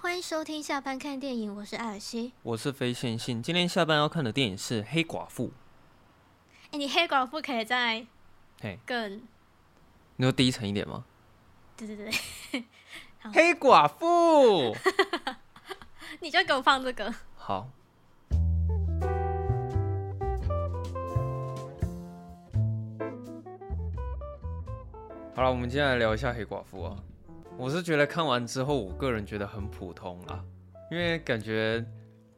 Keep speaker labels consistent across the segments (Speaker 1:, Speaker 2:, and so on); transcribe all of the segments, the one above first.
Speaker 1: 欢迎收听下班看电影，我是艾尔西。
Speaker 2: 我是非线性，今天下班要看的电影是《黑寡妇》。
Speaker 1: 哎，你黑寡妇可以再
Speaker 2: 嘿，
Speaker 1: 更……
Speaker 2: 你说低沉一点吗？
Speaker 1: 对对 对，
Speaker 2: 黑寡妇。
Speaker 1: 你就给我放这个。
Speaker 2: 好，好了，我们接下来聊一下《黑寡妇》啊。我是觉得看完之后，我个人觉得很普通啊，因为感觉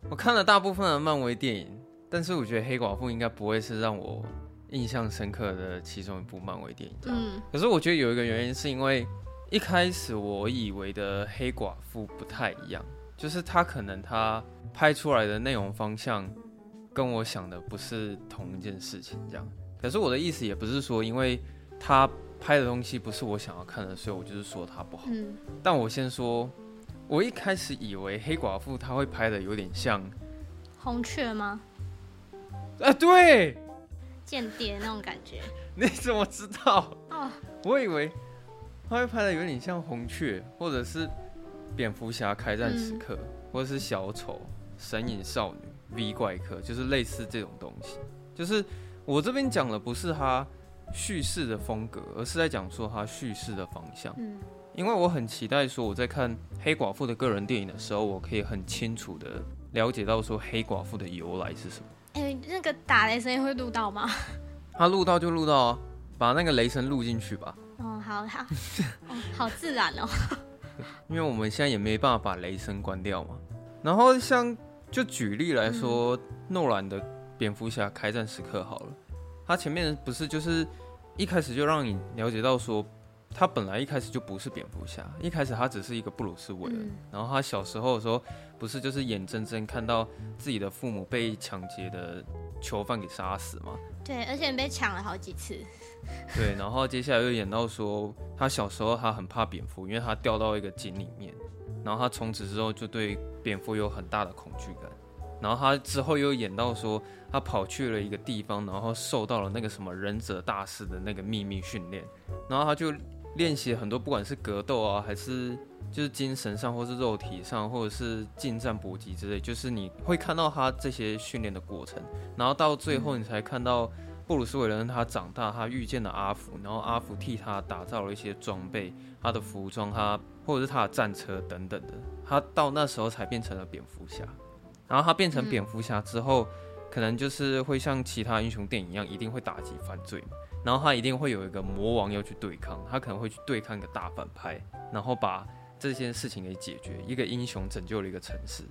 Speaker 2: 我看了大部分的漫威电影，但是我觉得《黑寡妇》应该不会是让我印象深刻的其中一部漫威电影。这样
Speaker 1: 嗯
Speaker 2: 可是我觉得有一个原因是因为一开始我以为的黑寡妇不太一样，就是她可能她拍出来的内容方向跟我想的不是同一件事情这样。可是我的意思也不是说因为她拍的东西不是我想要看的，所以我就是说她不好。
Speaker 1: 嗯
Speaker 2: 但我先说，我一开始以为黑寡妇她会拍的有点像，
Speaker 1: 红雀吗？
Speaker 2: 啊，对，
Speaker 1: 间谍那种感觉。
Speaker 2: 你怎么知道？
Speaker 1: 哦，
Speaker 2: 我以为他会拍的有点像红雀，或者是蝙蝠侠开战时刻，或者是小丑、神隐少女、V 怪客，就是类似这种东西。就是我这边讲的不是他叙事的风格，而是在讲说他叙事的方向。
Speaker 1: 嗯
Speaker 2: 因为我很期待说我在看黑寡妇的个人电影的时候，我可以很清楚的了解到说黑寡妇的由来是什么。
Speaker 1: 哎、那个打雷声音会录到吗？
Speaker 2: 他录到就录到啊，把那个雷声录进去吧。
Speaker 1: 嗯，好 好、哦，好自然哦。
Speaker 2: 因为我们现在也没办法把雷声关掉嘛。然后像就举例来说，诺兰的《蝙蝠侠：开战时刻》好了，他前面不是就是一开始就让你了解到说，他本来一开始就不是蝙蝠侠，一开始他只是一个布鲁斯韦恩。
Speaker 1: 嗯
Speaker 2: 然后他小时候的时候，不是就是眼睁睁看到自己的父母被抢劫的囚犯给杀死嘛？
Speaker 1: 对，而且你被抢了好几次。
Speaker 2: 对，然后接下来又演到说，他小时候他很怕蝙蝠，因为他掉到一个井里面，然后他从此之后就对蝙蝠有很大的恐惧感。然后他之后又演到说，他跑去了一个地方，然后受到了那个什么忍者大师的那个秘密训练，然后他就练习很多，不管是格斗啊，还是就是精神上，或是肉体上，或者是近战搏击之类，就是你会看到他这些训练的过程，然后到最后你才看到布鲁斯韦恩他长大，他遇见了阿福，然后阿福替他打造了一些装备，他的服装，他或者是他的战车等等的，他到那时候才变成了蝙蝠侠。然后他变成蝙蝠侠之后，可能就是会像其他英雄电影一样，一定会打击犯罪嘛。然后他一定会有一个魔王要去对抗，他可能会去对抗一个大反派，然后把这件事情给解决。一个英雄拯救了一个城市，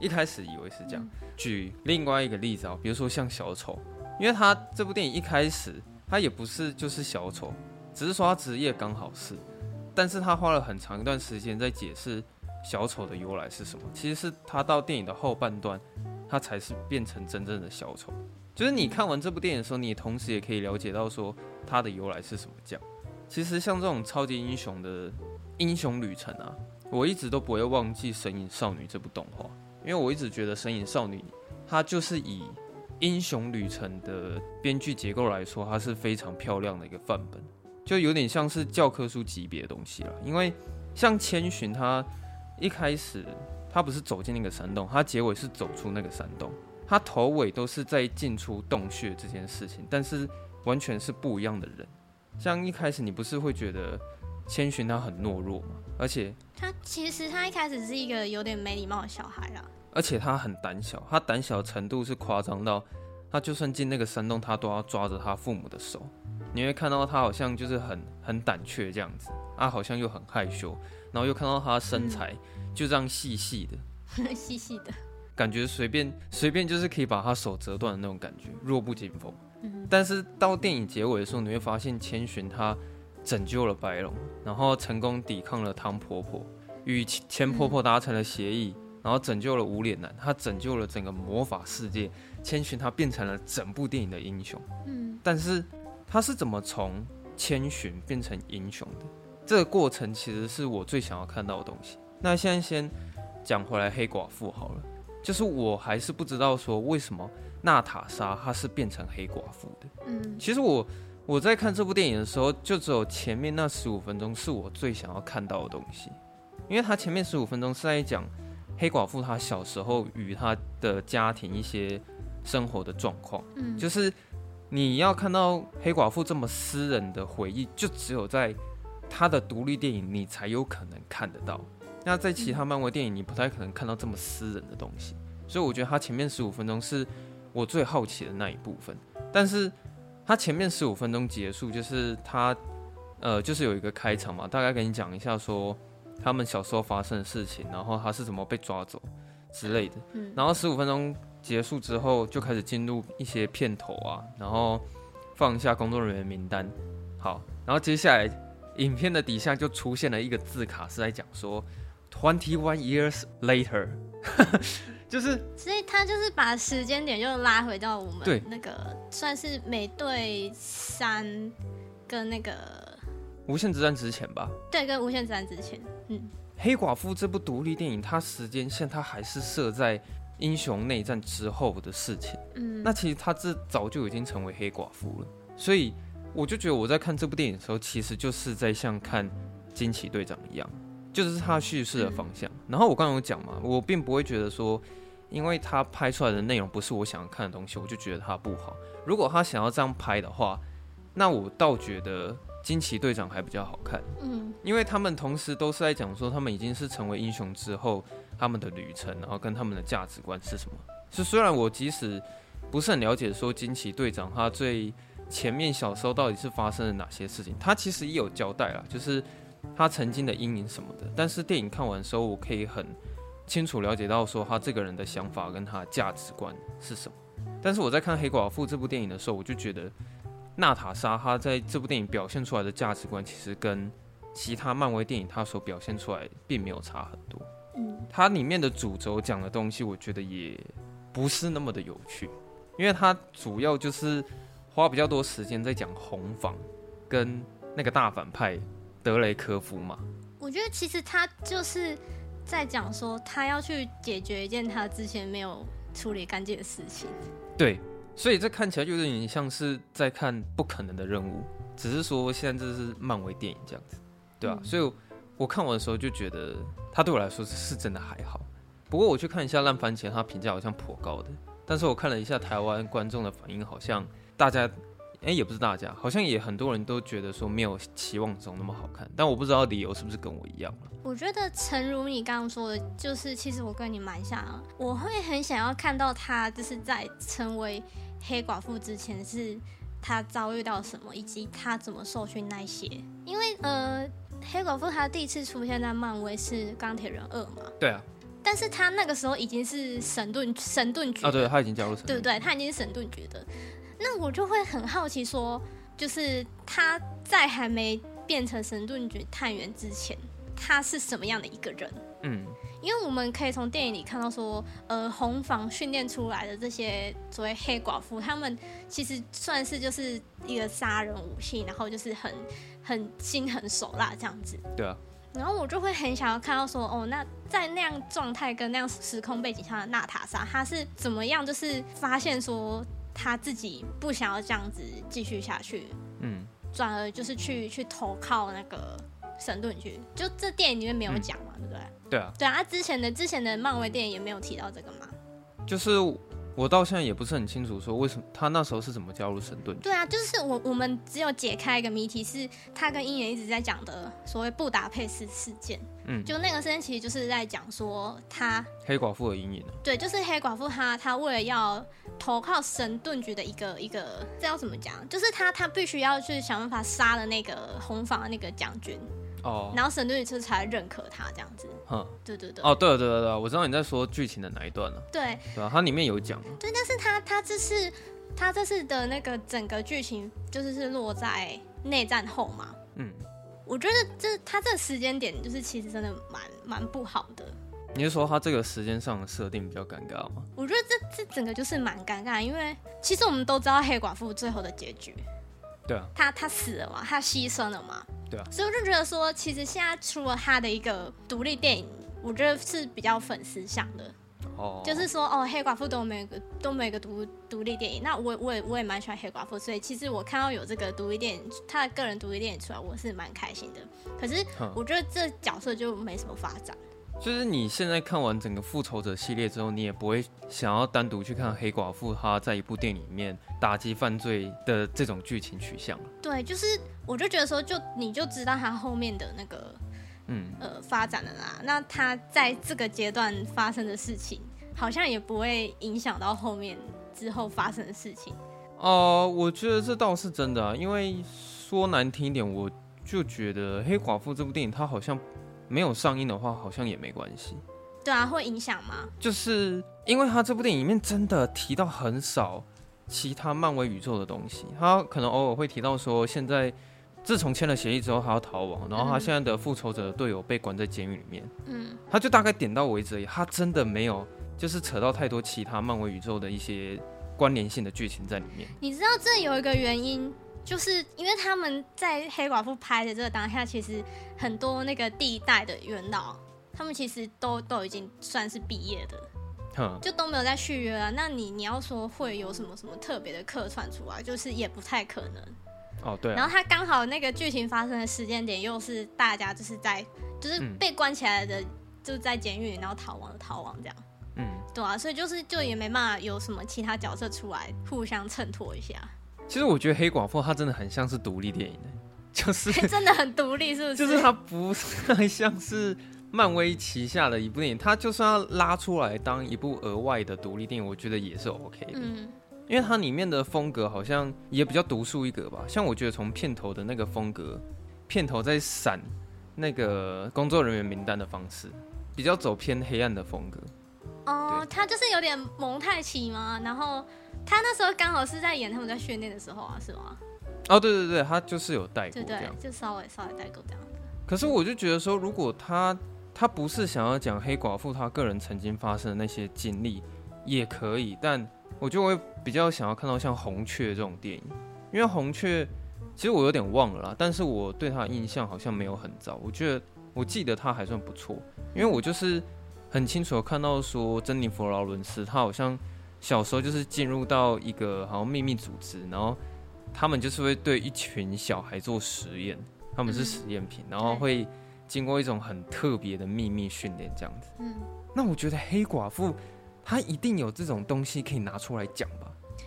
Speaker 2: 一开始以为是这样。举另外一个例子啊，比如说像小丑，因为他这部电影一开始他也不是就是小丑，只是说他职业刚好是，但是他花了很长一段时间在解释小丑的由来是什么。其实是他到电影的后半段，他才是变成真正的小丑。就是你看完这部电影的时候，你同时也可以了解到说他的由来是什么。这样，其实像这种超级英雄的英雄旅程啊，我一直都不会忘记《神隐少女》这部动画，因为我一直觉得《神隐少女》它就是以英雄旅程的编剧结构来说，它是非常漂亮的一个范本，就有点像是教科书级别的东西了。因为像千寻，他一开始他不是走进那个山洞，他结尾是走出那个山洞，他头尾都是在进出洞穴这件事情，但是完全是不一样的人。像一开始你不是会觉得千寻他很懦弱嘛，而且
Speaker 1: 他其实他一开始是一个有点没礼貌的小孩啊啦。
Speaker 2: 而且他很胆小，他胆小的程度是夸张到，他就算进那个山洞，他都要抓着他父母的手。你会看到他好像就是很很胆怯这样子，啊，好像又很害羞，然后又看到他身材、就这样细细的，
Speaker 1: 细细的，
Speaker 2: 感觉随便随便就是可以把他手折断的那种感觉，弱不禁风。
Speaker 1: 嗯
Speaker 2: 但是到电影结尾的时候，你会发现千寻他拯救了白龙，然后成功抵抗了汤婆婆，与千千婆婆达成了协议，
Speaker 1: 嗯
Speaker 2: 然后拯救了无脸男，他拯救了整个魔法世界。千寻他变成了整部电影的英雄，
Speaker 1: 嗯
Speaker 2: 但是他是怎么从千寻变成英雄的？这个过程其实是我最想要看到的东西。那现在先讲回来黑寡妇好了，就是我还是不知道说为什么娜塔莎她是变成黑寡妇的。
Speaker 1: 嗯
Speaker 2: 其实我我在看这部电影的时候，就只有前面那十五分钟是我最想要看到的东西，因为他前面十五分钟是在讲黑寡妇她小时候与她的家庭一些生活的状况，
Speaker 1: 嗯，
Speaker 2: 就是你要看到黑寡妇这么私人的回忆，就只有在她的独立电影你才有可能看得到。那在其
Speaker 1: 嗯
Speaker 2: 他漫威电影，你不太可能看到这么私人的东西。所以我觉得他前面十五分钟是我最好奇的那一部分，但是他前面十五分钟结束，就是他呃，就是有一个开场嘛，大概跟你讲一下说他们小时候发生的事情，然后他是怎么被抓走之类的。
Speaker 1: 嗯
Speaker 2: 然后十五分钟结束之后，就开始进入一些片头啊，然后放一下工作人员名单。好，然后接下来影片的底下就出现了一个字卡，是在讲说 twenty one years later，就是
Speaker 1: 所以他就是把时间点又拉回到我
Speaker 2: 对
Speaker 1: 们那个算是美队三跟那个
Speaker 2: 无限之战之前吧。
Speaker 1: 对跟无限之战之前，
Speaker 2: 黑寡妇这部独立电影，它时间线它还是设在英雄内战之后的事情。
Speaker 1: 嗯，
Speaker 2: 那其实她这早就已经成为黑寡妇了，所以我就觉得我在看这部电影的时候，其实就是在像看惊奇队长一样，就是它叙事的方向。然后我刚刚有讲嘛，我并不会觉得说，因为他拍出来的内容不是我想要看的东西，我就觉得它不好。如果他想要这样拍的话，那我倒觉得惊奇队长还比较好看。
Speaker 1: 嗯
Speaker 2: 因为他们同时都是在讲说，他们已经是成为英雄之后他们的旅程，然后跟他们的价值观是什么。是虽然我即使不是很了解说惊奇队长他最前面小时候到底是发生了哪些事情，他其实也有交代啦，就是他曾经的阴影什么的。但是电影看完的时候，我可以很清楚了解到说他这个人的想法跟他的价值观是什么。但是我在看《黑寡妇》这部电影的时候，我就觉得娜塔莎她在这部电影表现出来的价值观，其实跟其他漫威电影它所表现出来并没有差很多。
Speaker 1: 嗯
Speaker 2: 它里面的主轴讲的东西，我觉得也不是那么的有趣，因为它主要就是花比较多时间在讲红房跟那个大反派德雷科夫嘛。
Speaker 1: 我觉得其实他就是在讲说他要去解决一件他之前没有处理干净的事情，
Speaker 2: 对，所以这看起来就有点像是在看不可能的任务，只是说现在这是漫威电影这样子，对啊，
Speaker 1: 嗯
Speaker 2: 所以我看完的时候就觉得它对我来说是真的还好。不过我去看一下烂番茄，它评价好像颇高的，但是我看了一下台湾观众的反应，好像大家。哎，也不是大家，好像也很多人都觉得说没有期望中那么好看，但我不知道理由是不是跟我一样啊
Speaker 1: 我觉得，诚如你刚刚说的，就是其实我跟你蛮像啊，我会很想要看到他就是在成为黑寡妇之前是他遭遇到什么，以及他怎么受训那一些。因为呃，黑寡妇她第一次出现在漫威是钢铁人二嘛，
Speaker 2: 对啊，
Speaker 1: 但是他那个时候已经是神盾神盾局
Speaker 2: 啊对，
Speaker 1: 了
Speaker 2: 他已经加入成
Speaker 1: 对不对？他已经是神盾局的，那我就会很好奇说，就是他在还没变成神盾局探员之前，他是什么样的一个人？
Speaker 2: 嗯，
Speaker 1: 因为我们可以从电影里看到说，呃，红房训练出来的这些所谓黑寡妇，他们其实算是就是一个杀人武器，然后就是很很心狠手辣这样子。
Speaker 2: 对啊，
Speaker 1: 然后我就会很想要看到说，哦，那在那样状态跟那样时空背景下的娜塔莎，她是怎么样，就是发现说她自己不想要这样子继续下去，
Speaker 2: 嗯，
Speaker 1: 转而就是去去投靠那个神盾局。就这电影里面没有讲嘛，对不对？
Speaker 2: 对啊，
Speaker 1: 对啊，啊之前的之前的漫威电影也没有提到这个嘛。
Speaker 2: 就是我到现在也不是很清楚，说为什么他那时候是怎么加入神盾局。
Speaker 1: 对啊，就是我我们只有解开一个谜题，是他跟鹰眼一直在讲的所谓布达佩斯事件。
Speaker 2: 嗯，
Speaker 1: 就那个事件其实就是在讲说他
Speaker 2: 黑寡妇的阴影啊
Speaker 1: 对，就是黑寡妇她，她为了要投靠神盾局的一个一个，这要怎么讲？就是她她必须要去想办法杀了那个红房的那个将军，
Speaker 2: 哦，
Speaker 1: 然后神盾局就才认可她这样子。
Speaker 2: 哼，
Speaker 1: 对对对，
Speaker 2: 哦，对了对了对了，我知道你在说剧情的哪一段了、
Speaker 1: 对
Speaker 2: 对吧、它里面有讲啊，
Speaker 1: 对，但是她她这次她这次的那个整个剧情就是是落在内战后嘛，
Speaker 2: 嗯，
Speaker 1: 我觉得这她这个时间点就是其实真的蛮蛮不好的。
Speaker 2: 你是说它这个时间上的设定比较尴尬吗？
Speaker 1: 我觉得这这整个就是蛮尴尬，因为其实我们都知道黑寡妇最后的结局，
Speaker 2: 对啊，
Speaker 1: 他他死了嘛，他牺牲了嘛，
Speaker 2: 对啊
Speaker 1: 所以我就觉得说，其实现在除了他的一个独立电影，我觉得是比较粉丝向的，
Speaker 2: 哦，
Speaker 1: 就是说哦，黑寡妇都每个都每个独独立电影，那我我也我也蛮喜欢黑寡妇，所以其实我看到有这个独立电影，他的个人独立电影出来，我是蛮开心的。可是
Speaker 2: 哼
Speaker 1: 我觉得这角色就没什么发展，
Speaker 2: 就是你现在看完整个复仇者系列之后，你也不会想要单独去看黑寡妇她在一部电影里面打击犯罪的这种剧情取向了。
Speaker 1: 对，就是我就觉得说就，你就知道他后面的那个
Speaker 2: 嗯，
Speaker 1: 呃发展了啦，那他在这个阶段发生的事情，好像也不会影响到后面之后发生的事情。
Speaker 2: 哦、我觉得这倒是真的啊，因为说难听一点，我就觉得黑寡妇这部电影它好像没有上映的话，好像也没关系。
Speaker 1: 对啊，会影响吗？
Speaker 2: 就是因为他这部电影里面真的提到很少其他漫威宇宙的东西，他可能偶尔会提到说，现在自从签了协议之后，他要逃亡，然后他
Speaker 1: 嗯
Speaker 2: 现在的复仇者的队友被关在监狱里面，
Speaker 1: 嗯，
Speaker 2: 他就大概点到为止而已，他真的没有就是扯到太多其他漫威宇宙的一些关联性的剧情在里面。
Speaker 1: 你知道这有一个原因，就是因为他们在黑寡妇拍的这个当下，其实很多那个第一代的元老，他们其实都都已经算是毕业的，
Speaker 2: 哼，
Speaker 1: 就都没有再续约了。那你你要说会有什么什么特别的客串出来，就是也不太可能。
Speaker 2: 哦对
Speaker 1: 然
Speaker 2: 啊，
Speaker 1: 后他刚好那个剧情发生的时间点，又是大家就是在就是
Speaker 2: 嗯
Speaker 1: 被关起来的，就在监狱里，然后逃亡的逃亡这样，
Speaker 2: 嗯。
Speaker 1: 对啊，所以就是就也没办法有什么其他角色出来互相衬托一下，
Speaker 2: 其实我觉得黑寡妇她真的很像是独立电影的，欸 就是
Speaker 1: 真的很独立，是不是？
Speaker 2: 就是它不太像是漫威旗下的一部电影，它就算要拉出来当一部额外的独立电影，我觉得也是 OK 的，
Speaker 1: 嗯，
Speaker 2: 因为它里面的风格好像也比较独树一格吧。像我觉得从片头的那个风格，片头在闪那个工作人员名单的方式，比较走偏黑暗的风格。
Speaker 1: 哦
Speaker 2: 对，
Speaker 1: 他就是有点蒙太奇嘛，然后他那时候刚好是在演他们在训练的时候啊，是吗？
Speaker 2: 哦，对对对，它就是有带
Speaker 1: 对
Speaker 2: 过
Speaker 1: 不
Speaker 2: 这
Speaker 1: 对
Speaker 2: 样。？
Speaker 1: 就稍微稍微代沟这样。
Speaker 2: 可是我就觉得说，如果他他不是想要讲黑寡妇她个人曾经发生的那些经历，也可以，但我就会比较想要看到像《红雀》这种电影，因为《红雀》其实我有点忘了啦，但是我对他的印象好像没有很糟，我觉得我记得他还算不错，因为我就是很清楚的看到说珍妮佛劳伦斯她好像小时候就是进入到一个好像秘密组织，然后他们就是会对一群小孩做实验，他们是
Speaker 1: 嗯
Speaker 2: 实验品，然后
Speaker 1: 对
Speaker 2: 会经过一种很特别的秘密训练这样子。
Speaker 1: 嗯，
Speaker 2: 那我觉得黑寡妇她一定有这种东西可以拿出来讲吧？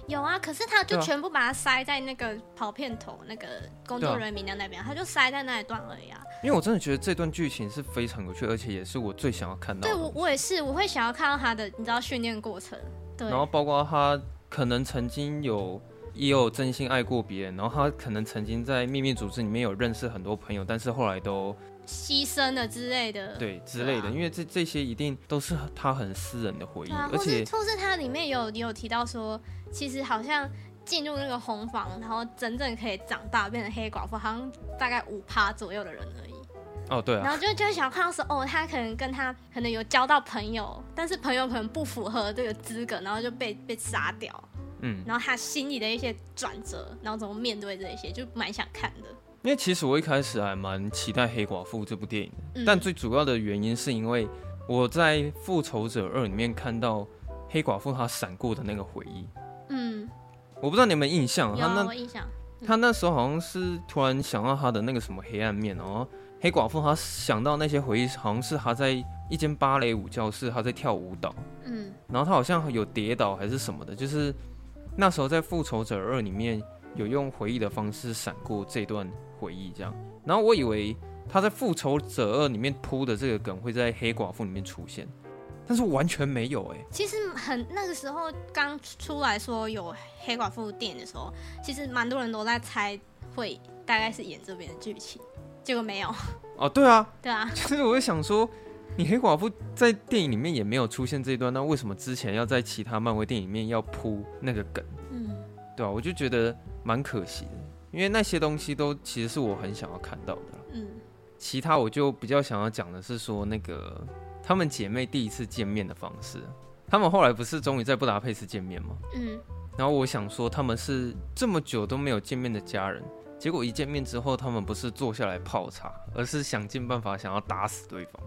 Speaker 1: 有啊，可是他就
Speaker 2: 对啊
Speaker 1: 全部把它塞在那个跑片头那个工
Speaker 2: 对
Speaker 1: 作
Speaker 2: 啊
Speaker 1: 人员名单那边，他就塞在那一段而已啊。
Speaker 2: 因为我真的觉得这段剧情是非常有趣，而且也是我最想要看到
Speaker 1: 对
Speaker 2: 的
Speaker 1: 我
Speaker 2: 东西。
Speaker 1: 我也是，我会想要看到他的，你知道训练过程。对
Speaker 2: 然，后包括她可能曾经有也有真心爱过别人，然后她可能曾经在秘密组织里面有认识很多朋友，但是后来都
Speaker 1: 牺牲了之类的。
Speaker 2: 对之类的，
Speaker 1: 对啊
Speaker 2: 因为这这些一定都是她很私人的回忆，
Speaker 1: 对啊，
Speaker 2: 而
Speaker 1: 或
Speaker 2: 且
Speaker 1: 是或是它里面有有提到说，其实好像进入那个红房，然后真正可以长大变成黑寡妇，好像大概五趴左右的人而已。
Speaker 2: 哦对啊
Speaker 1: 然，后就就会想要看到说，哦，他可能跟他可能有交到朋友，但是朋友可能不符合这个资格，然后就被被杀掉。
Speaker 2: 嗯，
Speaker 1: 然后他心里的一些转折，然后怎么面对这一些，就蛮想看的。
Speaker 2: 因为其实我一开始还蛮期待《黑寡妇》这部电影的。
Speaker 1: 嗯，
Speaker 2: 但最主要的原因是因为我在《复仇者二》里面看到黑寡妇她闪过的那个回忆，
Speaker 1: 嗯，
Speaker 2: 我不知道你们有没有印象，她
Speaker 1: 有啊
Speaker 2: 嗯那
Speaker 1: 我印象，
Speaker 2: 她那时候好像是突然想到她的那个什么黑暗面，然后黑寡妇她想到那些回忆，好像是她在一间芭蕾舞教室，她在跳舞蹈，
Speaker 1: 嗯
Speaker 2: 然后她好像有跌倒还是什么的，就是那时候在《复仇者二》里面有用回忆的方式闪过这段回忆，这样，然后我以为他在《复仇者二》里面铺的这个梗会在《黑寡妇》里面出现，但是完全没有哎、
Speaker 1: 其实很那个时候刚出来说有黑寡妇电影的时候，其实蛮多人都在猜会大概是演这边的剧情，结果没有，
Speaker 2: 哦，对啊，
Speaker 1: 对啊，
Speaker 2: 就是我就想说，你黑寡妇在电影里面也没有出现这一段，那啊为什么之前要在其他漫威电影里面要铺那个梗？
Speaker 1: 嗯，
Speaker 2: 对啊，我就觉得蛮可惜的，因为那些东西都其实是我很想要看到的啦。
Speaker 1: 嗯，
Speaker 2: 其他我就比较想要讲的是说那个她们姐妹第一次见面的方式。她们后来不是终于在布达佩斯见面吗？
Speaker 1: 嗯，
Speaker 2: 然后我想说，她们是这么久都没有见面的家人，结果一见面之后，她们不是坐下来泡茶，而是想尽办法想要打死对方。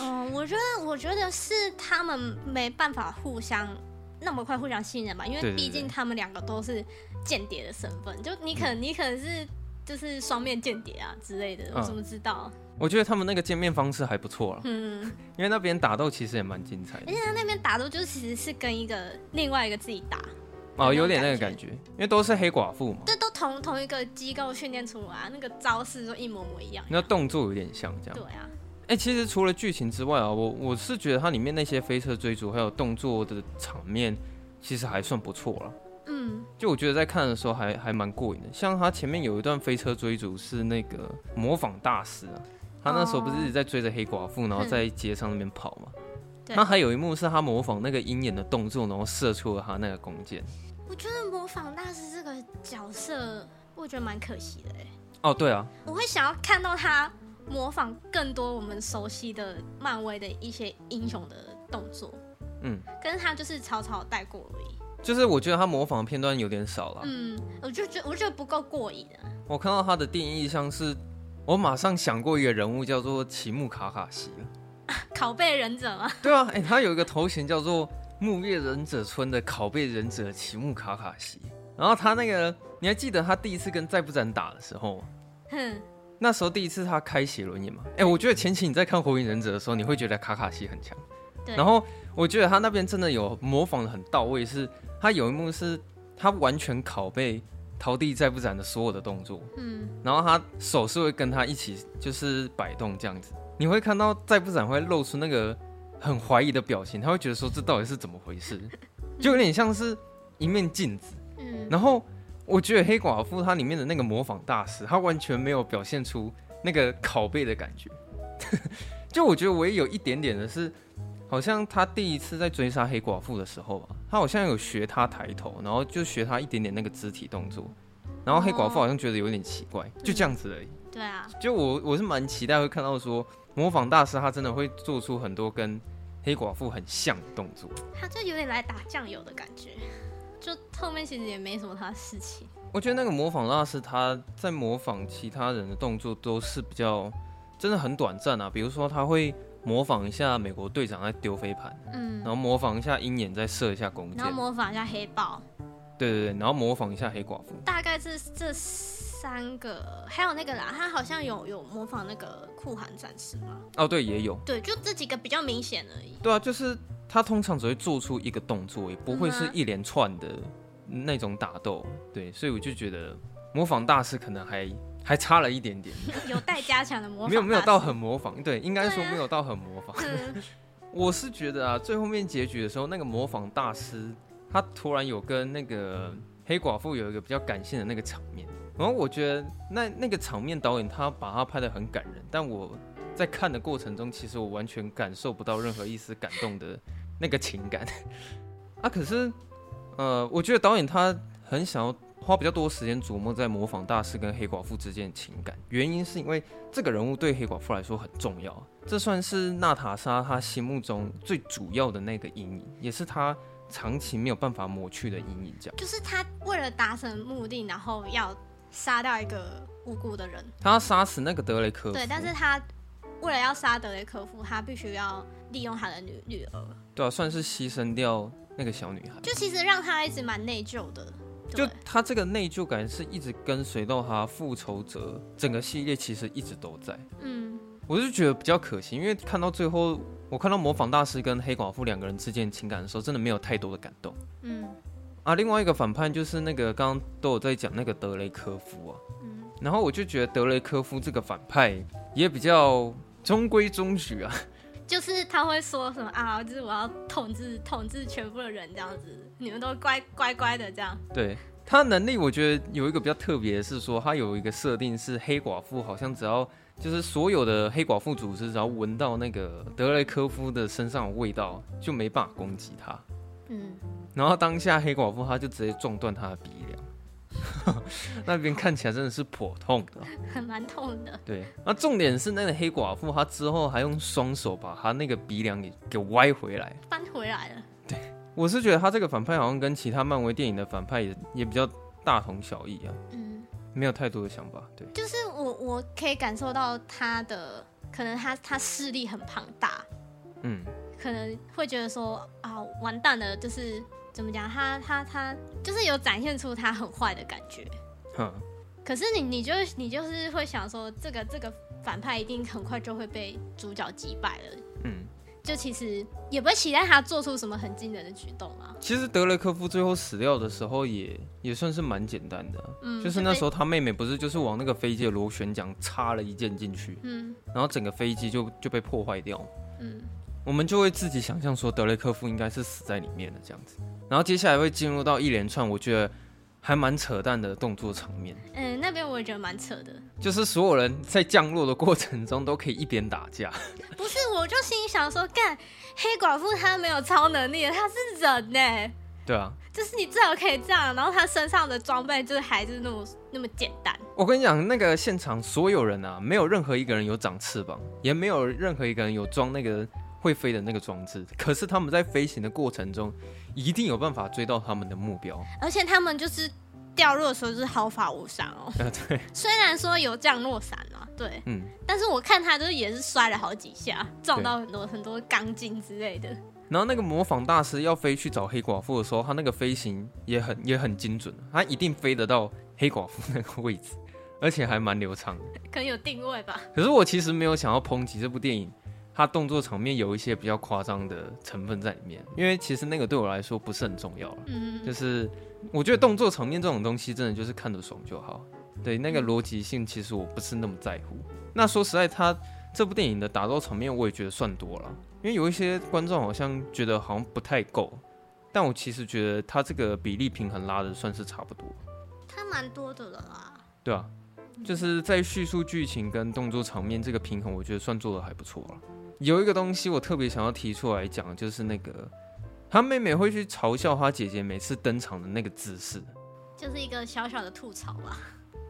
Speaker 1: 嗯，我觉得，我觉得是他们没办法互相那么快互相信任吧，因为
Speaker 2: 对对
Speaker 1: 毕
Speaker 2: 对
Speaker 1: 竟他们两个都是间谍的身份，就你可能你可能是就是双面间谍啊之类的，我
Speaker 2: 嗯
Speaker 1: 怎么知道？
Speaker 2: 我觉得他们那个见面方式还不错了，
Speaker 1: 嗯，
Speaker 2: 因为那边打斗其实也蛮精彩的
Speaker 1: 而且他那边打斗就是其实是跟一个另外一个自己打，
Speaker 2: 哦，
Speaker 1: 种
Speaker 2: 有点那
Speaker 1: 感
Speaker 2: 个
Speaker 1: 觉
Speaker 2: 感觉，因为都是黑寡妇嘛，
Speaker 1: 这都同同一个机构训练出来啊，那个招式都一模模一样。
Speaker 2: 那动作有点像这样
Speaker 1: 对。啊，
Speaker 2: 哎、其实除了剧情之外啊，我我是觉得它里面那些飞车追逐还有动作的场面，其实还算不错了。
Speaker 1: 嗯，
Speaker 2: 就我觉得在看的时候还还蛮过瘾的。像它前面有一段飞车追逐是那个模仿大师啊，他那时候不是一直在追着黑寡妇，然后在街上那边跑嘛。
Speaker 1: 哦嗯对
Speaker 2: 那还有一幕是他模仿那个鹰眼的动作，然后射出了他那个弓箭。
Speaker 1: 我觉得模仿大师这个角色，我觉得蛮可惜的哎、
Speaker 2: 哦，对啊，
Speaker 1: 我会想要看到他模仿更多我们熟悉的漫威的一些英雄的动作，
Speaker 2: 嗯，
Speaker 1: 跟他就是草草带过而已。
Speaker 2: 就是我觉得他模仿的片段有点少了。
Speaker 1: 嗯，我就觉我觉得不够过瘾啊。
Speaker 2: 我看到他的定义像是，我马上想过一个人物叫做奇木卡卡西了。
Speaker 1: 拷贝忍者吗？
Speaker 2: 对啊，哎、他有一个头衔叫做木月忍者村的拷贝忍者奇木卡卡西。然后他那个，你还记得他第一次跟在不展打的时候吗？
Speaker 1: 哼，
Speaker 2: 那时候第一次他开写轮眼嘛，哎、我觉得前期你在看火影忍者的时候，你会觉得卡卡西很强。
Speaker 1: 对
Speaker 2: 然后我觉得他那边真的有模仿的很到位，是他有一幕是他完全拷贝陶地在不展的所有的动作，
Speaker 1: 嗯，
Speaker 2: 然后他手是会跟他一起就是摆动这样子，你会看到再不展会露出那个很怀疑的表情，他会觉得说这到底是怎么回事，就有点像是一面镜子。
Speaker 1: 嗯，
Speaker 2: 然后我觉得黑寡妇她里面的那个模仿大师，他完全没有表现出那个拷贝的感觉， 就我觉得唯一有一点点的是。好像他第一次在追杀黑寡妇的时候吧，他好像有学他抬头，然后就学他一点点那个肢体动作，然后黑寡妇好像觉得有点奇怪，就这样子而已。
Speaker 1: 对啊，
Speaker 2: 就我我是蛮期待会看到说，模仿大师他真的会做出很多跟黑寡妇很像的动作。
Speaker 1: 他就有点来打酱油的感觉，就后面其实也没什么他的事情。
Speaker 2: 我觉得那个模仿大师他在模仿其他人的动作都是比较真的很短暂啊，比如说他会模仿一下美国队长在丢飞盘，
Speaker 1: 嗯
Speaker 2: 然，后模仿一下鹰眼在射一下弓箭
Speaker 1: 然后，模仿一下黑豹，
Speaker 2: 对对对，然后模仿一下黑寡妇。
Speaker 1: 大概这这三个，还有那个啦，他好像有有模仿那个酷寒战士嘛。
Speaker 2: 哦，对，也有，
Speaker 1: 对，就这几个比较明显而已。
Speaker 2: 对啊，就是他通常只会做出一个动作，也
Speaker 1: 嗯
Speaker 2: 不会是一连串的那种打斗。对，所以我就觉得模仿大师可能还还差了一点点，
Speaker 1: 有待加强的模仿，
Speaker 2: 没有没有到很模仿，对，应该说
Speaker 1: 对啊
Speaker 2: 没有到很模仿。
Speaker 1: 嗯
Speaker 2: 我是觉得啊，最后面结局的时候，那个模仿大师他突然有跟那个黑寡妇有一个比较感性的那个场面，然后我觉得那那个场面导演他把他拍的很感人，但我在看的过程中，其实我完全感受不到任何一丝感动的那个情感 啊。可是，呃，我觉得导演他很想要花比较多时间琢磨在模仿大师跟黑寡妇之间的情感，原因是因为这个人物对黑寡妇来说很重要，这算是娜塔莎她心目中最主要的那个阴影，也是她长期没有办法抹去的阴影。这样，
Speaker 1: 就是他为了达成目的，然后要杀掉一个无辜的人。
Speaker 2: 她要杀死那个德雷科夫，
Speaker 1: 对，但是他为了要杀德雷科夫，他必须要利用他的女女儿，
Speaker 2: 对啊，算是牺牲掉那个小女孩。
Speaker 1: 就其实让他一直蛮内疚的。
Speaker 2: 就
Speaker 1: 对，
Speaker 2: 她这个内疚感是一直跟随到她复仇者整个系列，其实一直都在。
Speaker 1: 嗯，
Speaker 2: 我是觉得比较可惜，因为看到最后，我看到模仿大师跟黑寡妇两个人之间的情感的时候，真的没有太多的感动。
Speaker 1: 嗯
Speaker 2: 啊，另外一个反叛就是那个刚刚都有在讲那个德雷科夫啊，
Speaker 1: 嗯，
Speaker 2: 然后我就觉得德雷科夫这个反派也比较中规中矩啊，
Speaker 1: 就是他会说什么啊，就是我要统治统治全部的人这样子，你们都乖乖乖的这样。
Speaker 2: 对。他能力我觉得有一个比较特别的是说，他有一个设定是黑寡妇，好像只要就是所有的黑寡妇组织只要闻到那个德雷科夫的身上的味道，就没办法攻击他。
Speaker 1: 嗯，
Speaker 2: 然后当下黑寡妇她就直接撞断他的鼻梁， 那边看起来真的是颇痛的。
Speaker 1: 很蛮痛的。
Speaker 2: 对，那重点是那个黑寡妇她之后还用双手把她那个鼻梁给给歪回来。
Speaker 1: 搬回来了，
Speaker 2: 我是觉得她这个反派好像跟其他漫威电影的反派也也比较大同小异啊，
Speaker 1: 嗯，
Speaker 2: 没有太多的想法。对，
Speaker 1: 就是我我可以感受到他的可能他他势力很庞大，
Speaker 2: 嗯，
Speaker 1: 可能会觉得说啊，完蛋了，就是怎么讲，他他他就是有展现出他很坏的感觉。
Speaker 2: 哼，
Speaker 1: 可是你你就你就是会想说，这个这个反派一定很快就会被主角击败了，
Speaker 2: 嗯。
Speaker 1: 就其实也不会期待他做出什么很惊人的举动啊。
Speaker 2: 其实德雷克夫最后死掉的时候也也算是蛮简单的啊、
Speaker 1: 嗯，
Speaker 2: 就是那时
Speaker 1: 候，
Speaker 2: 候他妹妹不是就是往那个飞机的螺旋桨插了一箭进去，
Speaker 1: 嗯
Speaker 2: 然后整个飞机就就被破坏掉。
Speaker 1: 嗯
Speaker 2: 我们就会自己想象说德雷克夫应该是死在里面的这样子，然后接下来会进入到一连串我觉得还蛮扯淡的动作场面，
Speaker 1: 嗯，那边我也觉得蛮扯的。
Speaker 2: 就是所有人在降落的过程中都可以一边打架，
Speaker 1: 不是，我就心里想说，干黑寡妇她没有超能力，她是人呢、
Speaker 2: 对啊，
Speaker 1: 就是你最好可以这样，然后她身上的装备就是还是那么那么简单。
Speaker 2: 我跟你讲，那个现场所有人啊，没有任何一个人有长翅膀，也没有任何一个人有装那个会飞的那个装置。可是他们在飞行的过程中，一定有办法追到他们的目标。
Speaker 1: 而且他们就是掉落的时候就是毫发无伤哦，
Speaker 2: 呃，对，
Speaker 1: 虽然说有降落伞啊，对，
Speaker 2: 嗯，
Speaker 1: 但是我看他就是也是摔了好几下，撞到很多很多钢筋之类的。
Speaker 2: 然后那个模仿大师要飞去找黑寡妇的时候，他那个飞行也很也很精准，他一定飞得到黑寡妇那个位置，而且还蛮流畅的。
Speaker 1: 可能有定位吧，
Speaker 2: 可是我其实没有想要抨击这部电影，它动作场面有一些比较夸张的成分在里面，因为其实那个对我来说不是很重要了。
Speaker 1: 嗯，
Speaker 2: 就是我觉得动作场面这种东西，真的就是看着爽就好。对，那个逻辑性其实我不是那么在乎。那说实在，他这部电影的打斗场面，我也觉得算多了，因为有一些观众好像觉得好像不太够，但我其实觉得他这个比例平衡拉的算是差不多。
Speaker 1: 他蛮多的了啦。
Speaker 2: 对啊，就是在叙述剧情跟动作场面这个平衡，我觉得算做的还不错了。有一个东西我特别想要提出来讲，就是那个他妹妹会去嘲笑他姐姐每次登场的那个姿势，
Speaker 1: 就是一个小小的吐槽啊吧，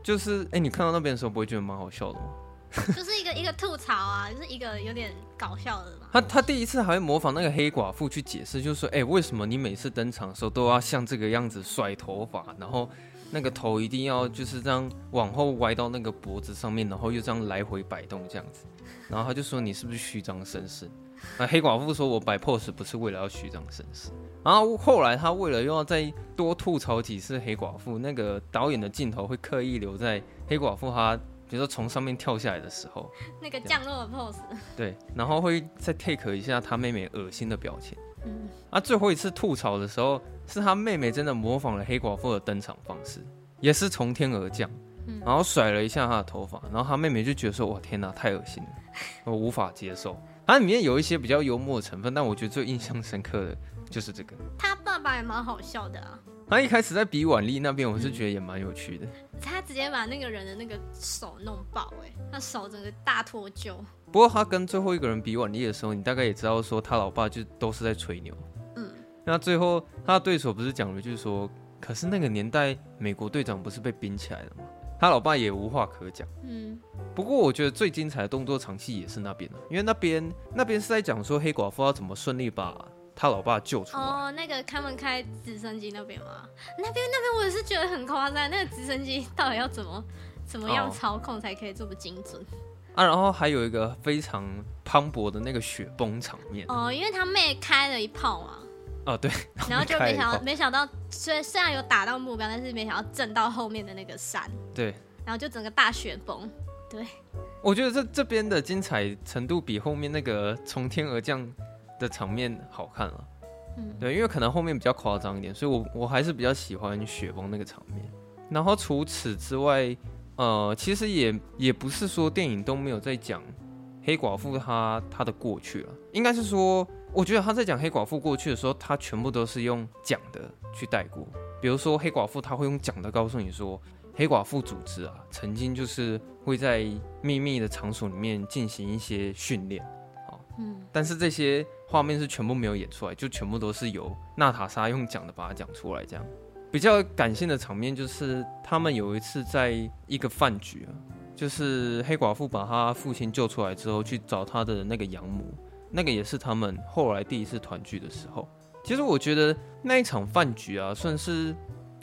Speaker 2: 就是哎、诶你看到那边的时候不会觉得蛮好笑的吗？
Speaker 1: 就是一个一个吐槽啊，就是一个有点搞笑的嘛。
Speaker 2: 他他第一次还会模仿那个黑寡妇去解释，就是说，哎、为什么你每次登场的时候都要像这个样子甩头发，然后那个头一定要就是这样往后歪到那个脖子上面，然后又这样来回摆动这样子，然后他就说你是不是虚张声势？啊，黑寡妇说我摆 pose 不是为了要虚张声势，然后后来他为了又要再多吐槽几次黑寡妇，那个导演的镜头会刻意留在黑寡妇她比如说从上面跳下来的时候，
Speaker 1: 那个降落的 pose，
Speaker 2: 对，然后会再 take 一下他妹妹恶心的表情。
Speaker 1: 嗯，
Speaker 2: 啊，最后一次吐槽的时候，是他妹妹真的模仿了黑寡妇的登场方式，也是从天而降
Speaker 1: 嗯，
Speaker 2: 然后甩了一下她的头发，然后他妹妹就觉得说：“哇，天哪，太恶心了，我无法接受。”它里面有一些比较幽默的成分，但我觉得最印象深刻的就是这个。
Speaker 1: 他爸爸也蛮好笑的啊，
Speaker 2: 他一开始在比腕力那边，我
Speaker 1: 嗯
Speaker 2: 是觉得也蛮有趣的。
Speaker 1: 他直接把那个人的那个手弄爆、欸，哎，他手整个大脱臼。
Speaker 2: 不过他跟最后一个人比腕力的时候，你大概也知道说他老爸就都是在吹牛。
Speaker 1: 嗯，
Speaker 2: 那最后他的对手不是讲了一句说，可是那个年代美国队长不是被冰起来了吗？他老爸也无话可讲。
Speaker 1: 嗯，
Speaker 2: 不过我觉得最精彩的动作场戏也是那边的、因为那边那边是在讲说黑寡妇要怎么顺利把他老爸救出来。
Speaker 1: 哦，那个他们开直升机那边吗？那边那边我也是觉得很夸张，那个直升机到底要怎么怎么样
Speaker 2: 哦
Speaker 1: 操控才可以这么精准？
Speaker 2: 啊，然后还有一个非常磅礴的那个雪崩场面。
Speaker 1: 哦，因为他妹开了一炮嘛，
Speaker 2: 啊，对，
Speaker 1: 然后就 没
Speaker 2: 开了一
Speaker 1: 想到
Speaker 2: 炮
Speaker 1: 没想到，虽虽然有打到目标，但是没想到震到后面的那个山，
Speaker 2: 对，
Speaker 1: 然后就整个大雪崩。
Speaker 2: 我觉得这这边的精彩程度比后面那个从天而降的场面好看了。
Speaker 1: 嗯
Speaker 2: 对，因为可能后面比较夸张一点，所以我我还是比较喜欢雪崩那个场面。然后除此之外，呃，其实也也不是说电影都没有在讲黑寡妇她她的过去了，应该是说，我觉得他在讲黑寡妇过去的时候，他全部都是用讲的去带过。比如说黑寡妇，他会用讲的告诉你说，黑寡妇组织啊，曾经就是会在秘密的场所里面进行一些训练。啊
Speaker 1: 嗯，
Speaker 2: 但是这些画面是全部没有演出来，就全部都是由娜塔莎用讲的把它讲出来。这样比较感性的场面就是他们有一次在一个饭局啊，就是黑寡妇把她父亲救出来之后，去找她的那个养母，那个也是他们后来第一次团聚的时候。其实我觉得那一场饭局啊，算是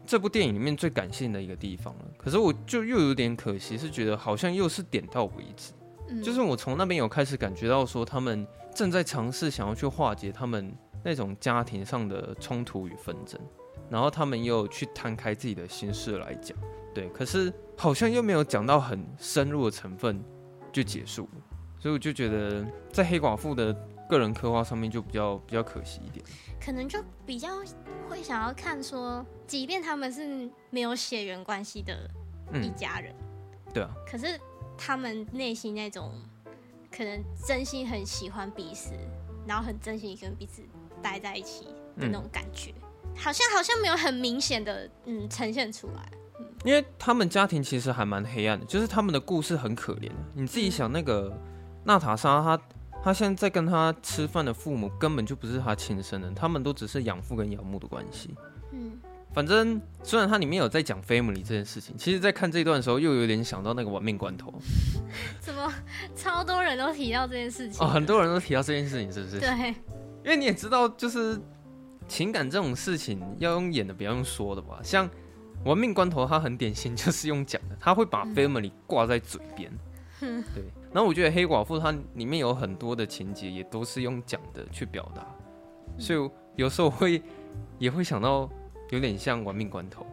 Speaker 2: 这部电影里面最感性的一个地方了。可是我就又有点可惜，是觉得好像又是点到为止。
Speaker 1: 嗯，
Speaker 2: 就是我从那边有开始感觉到说，他们正在尝试想要去化解他们那种家庭上的冲突与纷争，然后他们又去摊开自己的心事来讲，对，可是好像又没有讲到很深入的成分就结束了，所以我就觉得在黑寡妇的个人刻画上面就比较比较可惜一点。
Speaker 1: 可能就比较会想要看说，即便他们是没有血缘关系的一
Speaker 2: 嗯，
Speaker 1: 家人，
Speaker 2: 对啊，
Speaker 1: 可是他们内心那种可能真心很喜欢彼此，然后很真心跟彼此待在一起的
Speaker 2: 嗯
Speaker 1: 那种感觉，好像好像没有很明显的嗯呈现出来。
Speaker 2: 因为他们家庭其实还蛮黑暗的，就是他们的故事很可怜。你自己想，那个娜塔莎，她她现在在跟她吃饭的父母根本就不是她亲生人，他们都只是养父跟养母的关系。
Speaker 1: 嗯，
Speaker 2: 反正虽然它里面有在讲 family 这件事情，其实在看这一段的时候，又有点想到那个亡命关头
Speaker 1: 怎么 超多人都提到这件事情？
Speaker 2: 哦，很多人都提到这件事情，是不是？
Speaker 1: 对，
Speaker 2: 因为你也知道，就是情感这种事情要用演的，不要用说的吧。像《亡命关头》，它很典型就是用讲的，他会把 family 挂在嘴边。对，然后我觉得《黑寡妇》它里面有很多的情节也都是用讲的去表达，所以有时候会也会想到有点像《亡命关头》。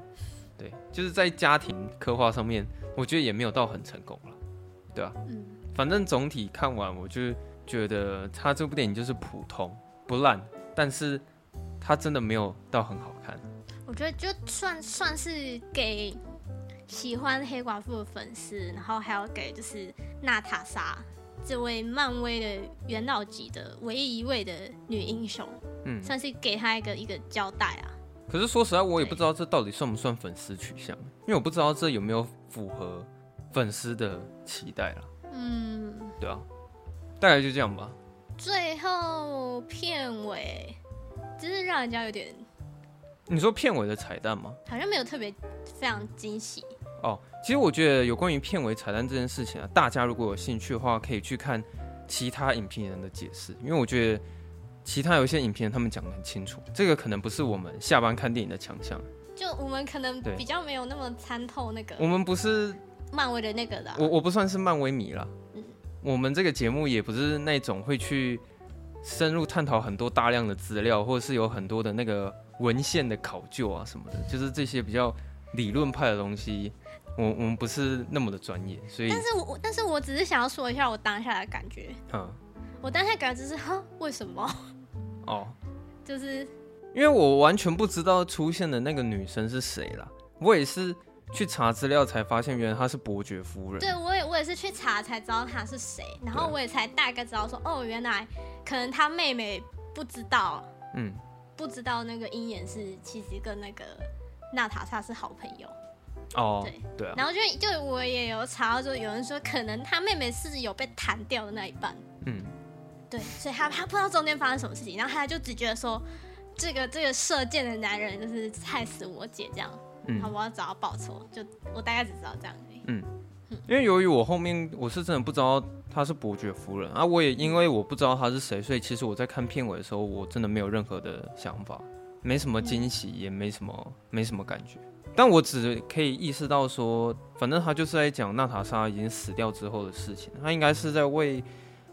Speaker 2: 对，就是在家庭刻画上面，我觉得也没有到很成功了。
Speaker 1: 嗯。
Speaker 2: 反正总体看完，我就觉得他这部电影就是普通不烂，但是他真的没有到很好看。
Speaker 1: 我觉得就算算是给喜欢黑寡妇的粉丝，然后还要给就是娜塔莎这位漫威的元老级的唯一一位的女英雄，
Speaker 2: 嗯，
Speaker 1: 算是给她一个一个交代啊。
Speaker 2: 可是说实在，我也不知道这到底算不算粉丝取向，因为我不知道这有没有符合粉丝的期待啦。
Speaker 1: 嗯，
Speaker 2: 对啊，大概就这样吧。
Speaker 1: 最后片尾就是让人家有点
Speaker 2: 你说片尾的彩蛋吗？
Speaker 1: 好像没有特别非常惊喜。
Speaker 2: 哦，其实我觉得有关于片尾彩蛋这件事情啊，大家如果有兴趣的话，可以去看其他影评人的解释，因为我觉得其他有一些影评人他们讲的很清楚，这个可能不是我们下班看电影的强项，
Speaker 1: 就我们可能
Speaker 2: 对
Speaker 1: 比较没有那么参透那个
Speaker 2: 我们不是
Speaker 1: 漫威的那个的啊、
Speaker 2: 我我不算是漫威迷啦
Speaker 1: 嗯，
Speaker 2: 我们这个节目也不是那种会去深入探讨很多大量的资料，或者是有很多的那个文献的考究啊什么的，就是这些比较理论派的东西，我我们不是那么的专业，所以
Speaker 1: 但是我我但是我只是想要说一下我当下的感觉，
Speaker 2: 嗯
Speaker 1: 我当下感觉就是哈，为什么？
Speaker 2: 哦。
Speaker 1: 就是
Speaker 2: 因为我完全不知道出现的那个女生是谁啦，我也是去查资料才发现，原来她是伯爵夫人。
Speaker 1: 对我也我也是去查才知道他是谁，然后
Speaker 2: 对
Speaker 1: 我也才大概知道说哦，原来可能他妹妹不知道
Speaker 2: 嗯，
Speaker 1: 不知道那个鹰眼是其实跟那个娜塔莎是好朋友，
Speaker 2: 哦
Speaker 1: 对，
Speaker 2: 对啊，
Speaker 1: 然后就就我也有查到，就有人说可能他妹妹是有被弹掉的那一半，
Speaker 2: 嗯，
Speaker 1: 对，所以他他不知道中间发生什么事情，然后他就只觉得说这个这个射箭的男人就是害死我姐这样，
Speaker 2: 嗯
Speaker 1: 然后我要找他报仇，就我大概只知道这样而已。
Speaker 2: 因为由于我后面我是真的不知道她是伯爵夫人啊，我也因为我不知道她是谁，所以其实我在看片尾的时候，我真的没有任何的想法，没什么惊喜，也没什么没什么感觉。但我只可以意识到说，反正他就是在讲娜塔莎已经死掉之后的事情，他应该是在为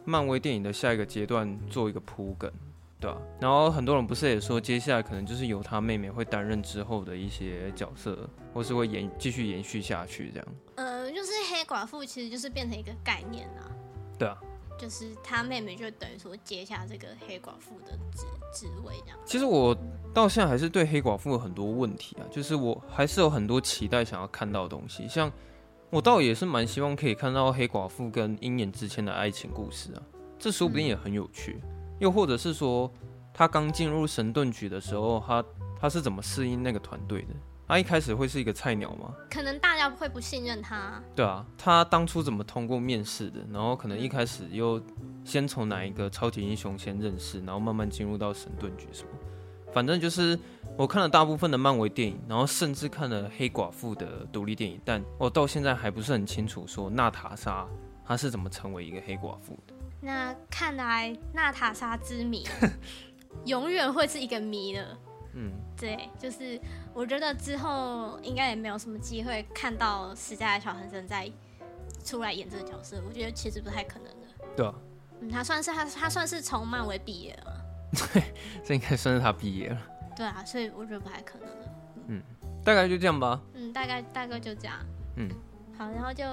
Speaker 2: 漫威电影的下一个阶段做一个铺梗，对吧、然后很多人不是也说，接下来可能就是由他妹妹会担任之后的一些角色，或是会延继续延续下去这样。
Speaker 1: 呃，就是黑寡妇其实就是变成一个概念啊，
Speaker 2: 对啊，
Speaker 1: 就是她妹妹就等于说接下这个黑寡妇的职职位这样。
Speaker 2: 其实我到现在还是对黑寡妇有很多问题啊，就是我还是有很多期待想要看到的东西，像我倒也是蛮希望可以看到黑寡妇跟鹰眼之间的爱情故事啊，这说不定也很有趣。又或者是说，他刚进入神盾局的时候，他他是怎么适应那个团队的？他一开始会是一个菜鸟吗？
Speaker 1: 可能大家会不信任她，
Speaker 2: 对啊，他当初怎么通过面试的？然后可能一开始又先从哪一个超级英雄先认识，然后慢慢进入到神盾局什么。反正就是我看了大部分的漫威电影，然后甚至看了黑寡妇的独立电影，但我到现在还不是很清楚说娜塔莎她是怎么成为一个黑寡妇的。
Speaker 1: 那看来娜塔莎之 谜永远会是一个谜了。
Speaker 2: 嗯，
Speaker 1: 对，就是我觉得之后应该也没有什么机会看到史嘉莱·乔恒森在出来演这个角色，我觉得其实不太可能的。
Speaker 2: 对啊，
Speaker 1: 嗯，他算是他他算是从漫威毕业了，
Speaker 2: 这应该算是他毕业了，
Speaker 1: 对啊，所以我觉得不太可能了。
Speaker 2: 大概就这样吧。
Speaker 1: 嗯，大概大概就这样。
Speaker 2: 嗯，
Speaker 1: 好，然后就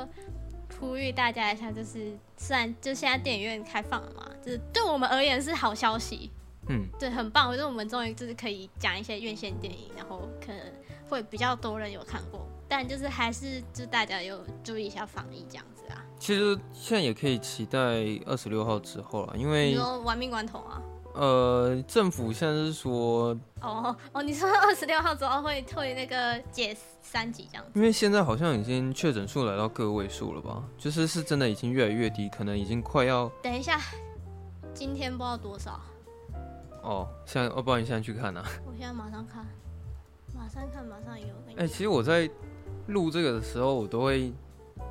Speaker 1: 呼吁大家一下，就是虽然就现在电影院开放了嘛，就是对我们而言是好消息，
Speaker 2: 嗯，
Speaker 1: 对，很棒，就是我们终于就是可以讲一些院线电影，然后可能会比较多人有看过，但就是还是就大家有注意一下防疫这样子啊。
Speaker 2: 其实现在也可以期待二十六号之后了，因
Speaker 1: 你
Speaker 2: 为
Speaker 1: 说玩命关头啊？
Speaker 2: 呃，政府现在是说，
Speaker 1: 哦哦，你说二十六号之后会会那个解三级这样子？
Speaker 2: 因为现在好像已经确诊数来到个位数了吧，就是是真的已经越来越低，可能已经快要
Speaker 1: 等一下，今天不知道多少，
Speaker 2: 哦，现在哦，不然你现在去看啊。
Speaker 1: 我现在马上看，马上看，马上有。我跟你
Speaker 2: 哎、其实我在录这个的时候，我都会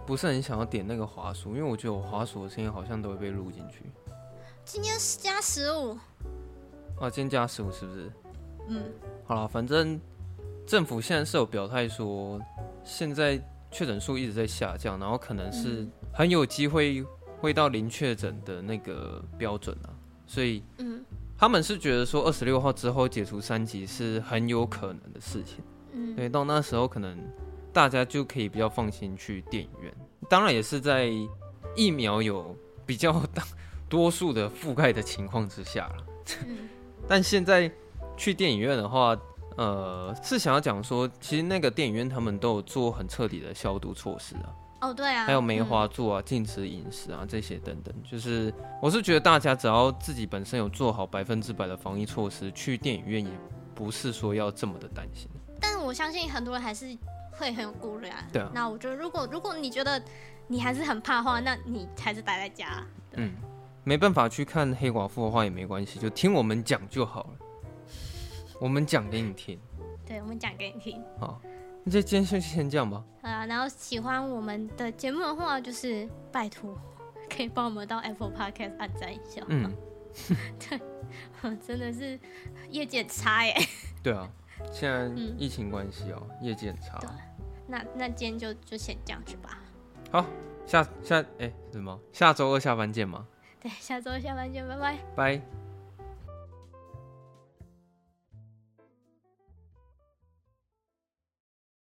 Speaker 2: 不是很想要点那个滑鼠，因为我觉得我滑鼠的声音好像都会被录进去。
Speaker 1: 今天是加十五，
Speaker 2: 啊，今天加十五是不是？
Speaker 1: 嗯，
Speaker 2: 好了，反正政府现在是有表态说，现在确诊数一直在下降，然后可能是
Speaker 1: 嗯
Speaker 2: 很有机会会到零确诊的那个标准啊，所以
Speaker 1: 嗯
Speaker 2: 他们是觉得说二十六号之后解除三级是很有可能的事情。
Speaker 1: 嗯，
Speaker 2: 对，到那时候可能大家就可以比较放心去电影院，当然也是在疫苗有比较大多数的覆盖的情况之下了。
Speaker 1: 嗯
Speaker 2: 但现在去电影院的话，呃，是想要讲说，其实那个电影院他们都有做很彻底的消毒措施啊，
Speaker 1: 哦对啊，
Speaker 2: 还有梅花
Speaker 1: 嗯，
Speaker 2: 座啊、禁止饮食啊这些等等。就是我是觉得大家只要自己本身有做好百分之百的防疫措施，去电影院也不是说要这么的担心。
Speaker 1: 嗯但我相信很多人还是会很有顾虑啊。
Speaker 2: 对啊
Speaker 1: 那我觉得如果如果你觉得你还是很怕的话，那你还是待在家。
Speaker 2: 嗯，没办法去看黑寡妇的话也没关系，就听我们讲就好了。我们讲给你听。
Speaker 1: 对，我们讲给你听。
Speaker 2: 那就今天就先这样吧。
Speaker 1: 好啦，然后喜欢我们的节目的话，就是拜托可以帮我们到 Apple Podcast 按赞一下。
Speaker 2: 嗯，
Speaker 1: 真的是业界差耶。
Speaker 2: 对啊，现在
Speaker 1: 嗯
Speaker 2: 疫情关系哦，业绩很差
Speaker 1: 对。那那今天就就先这样子吧。
Speaker 2: 下下哎、什么？下周二下班见嘛，
Speaker 1: 对，下周下班见，拜拜。
Speaker 2: 拜。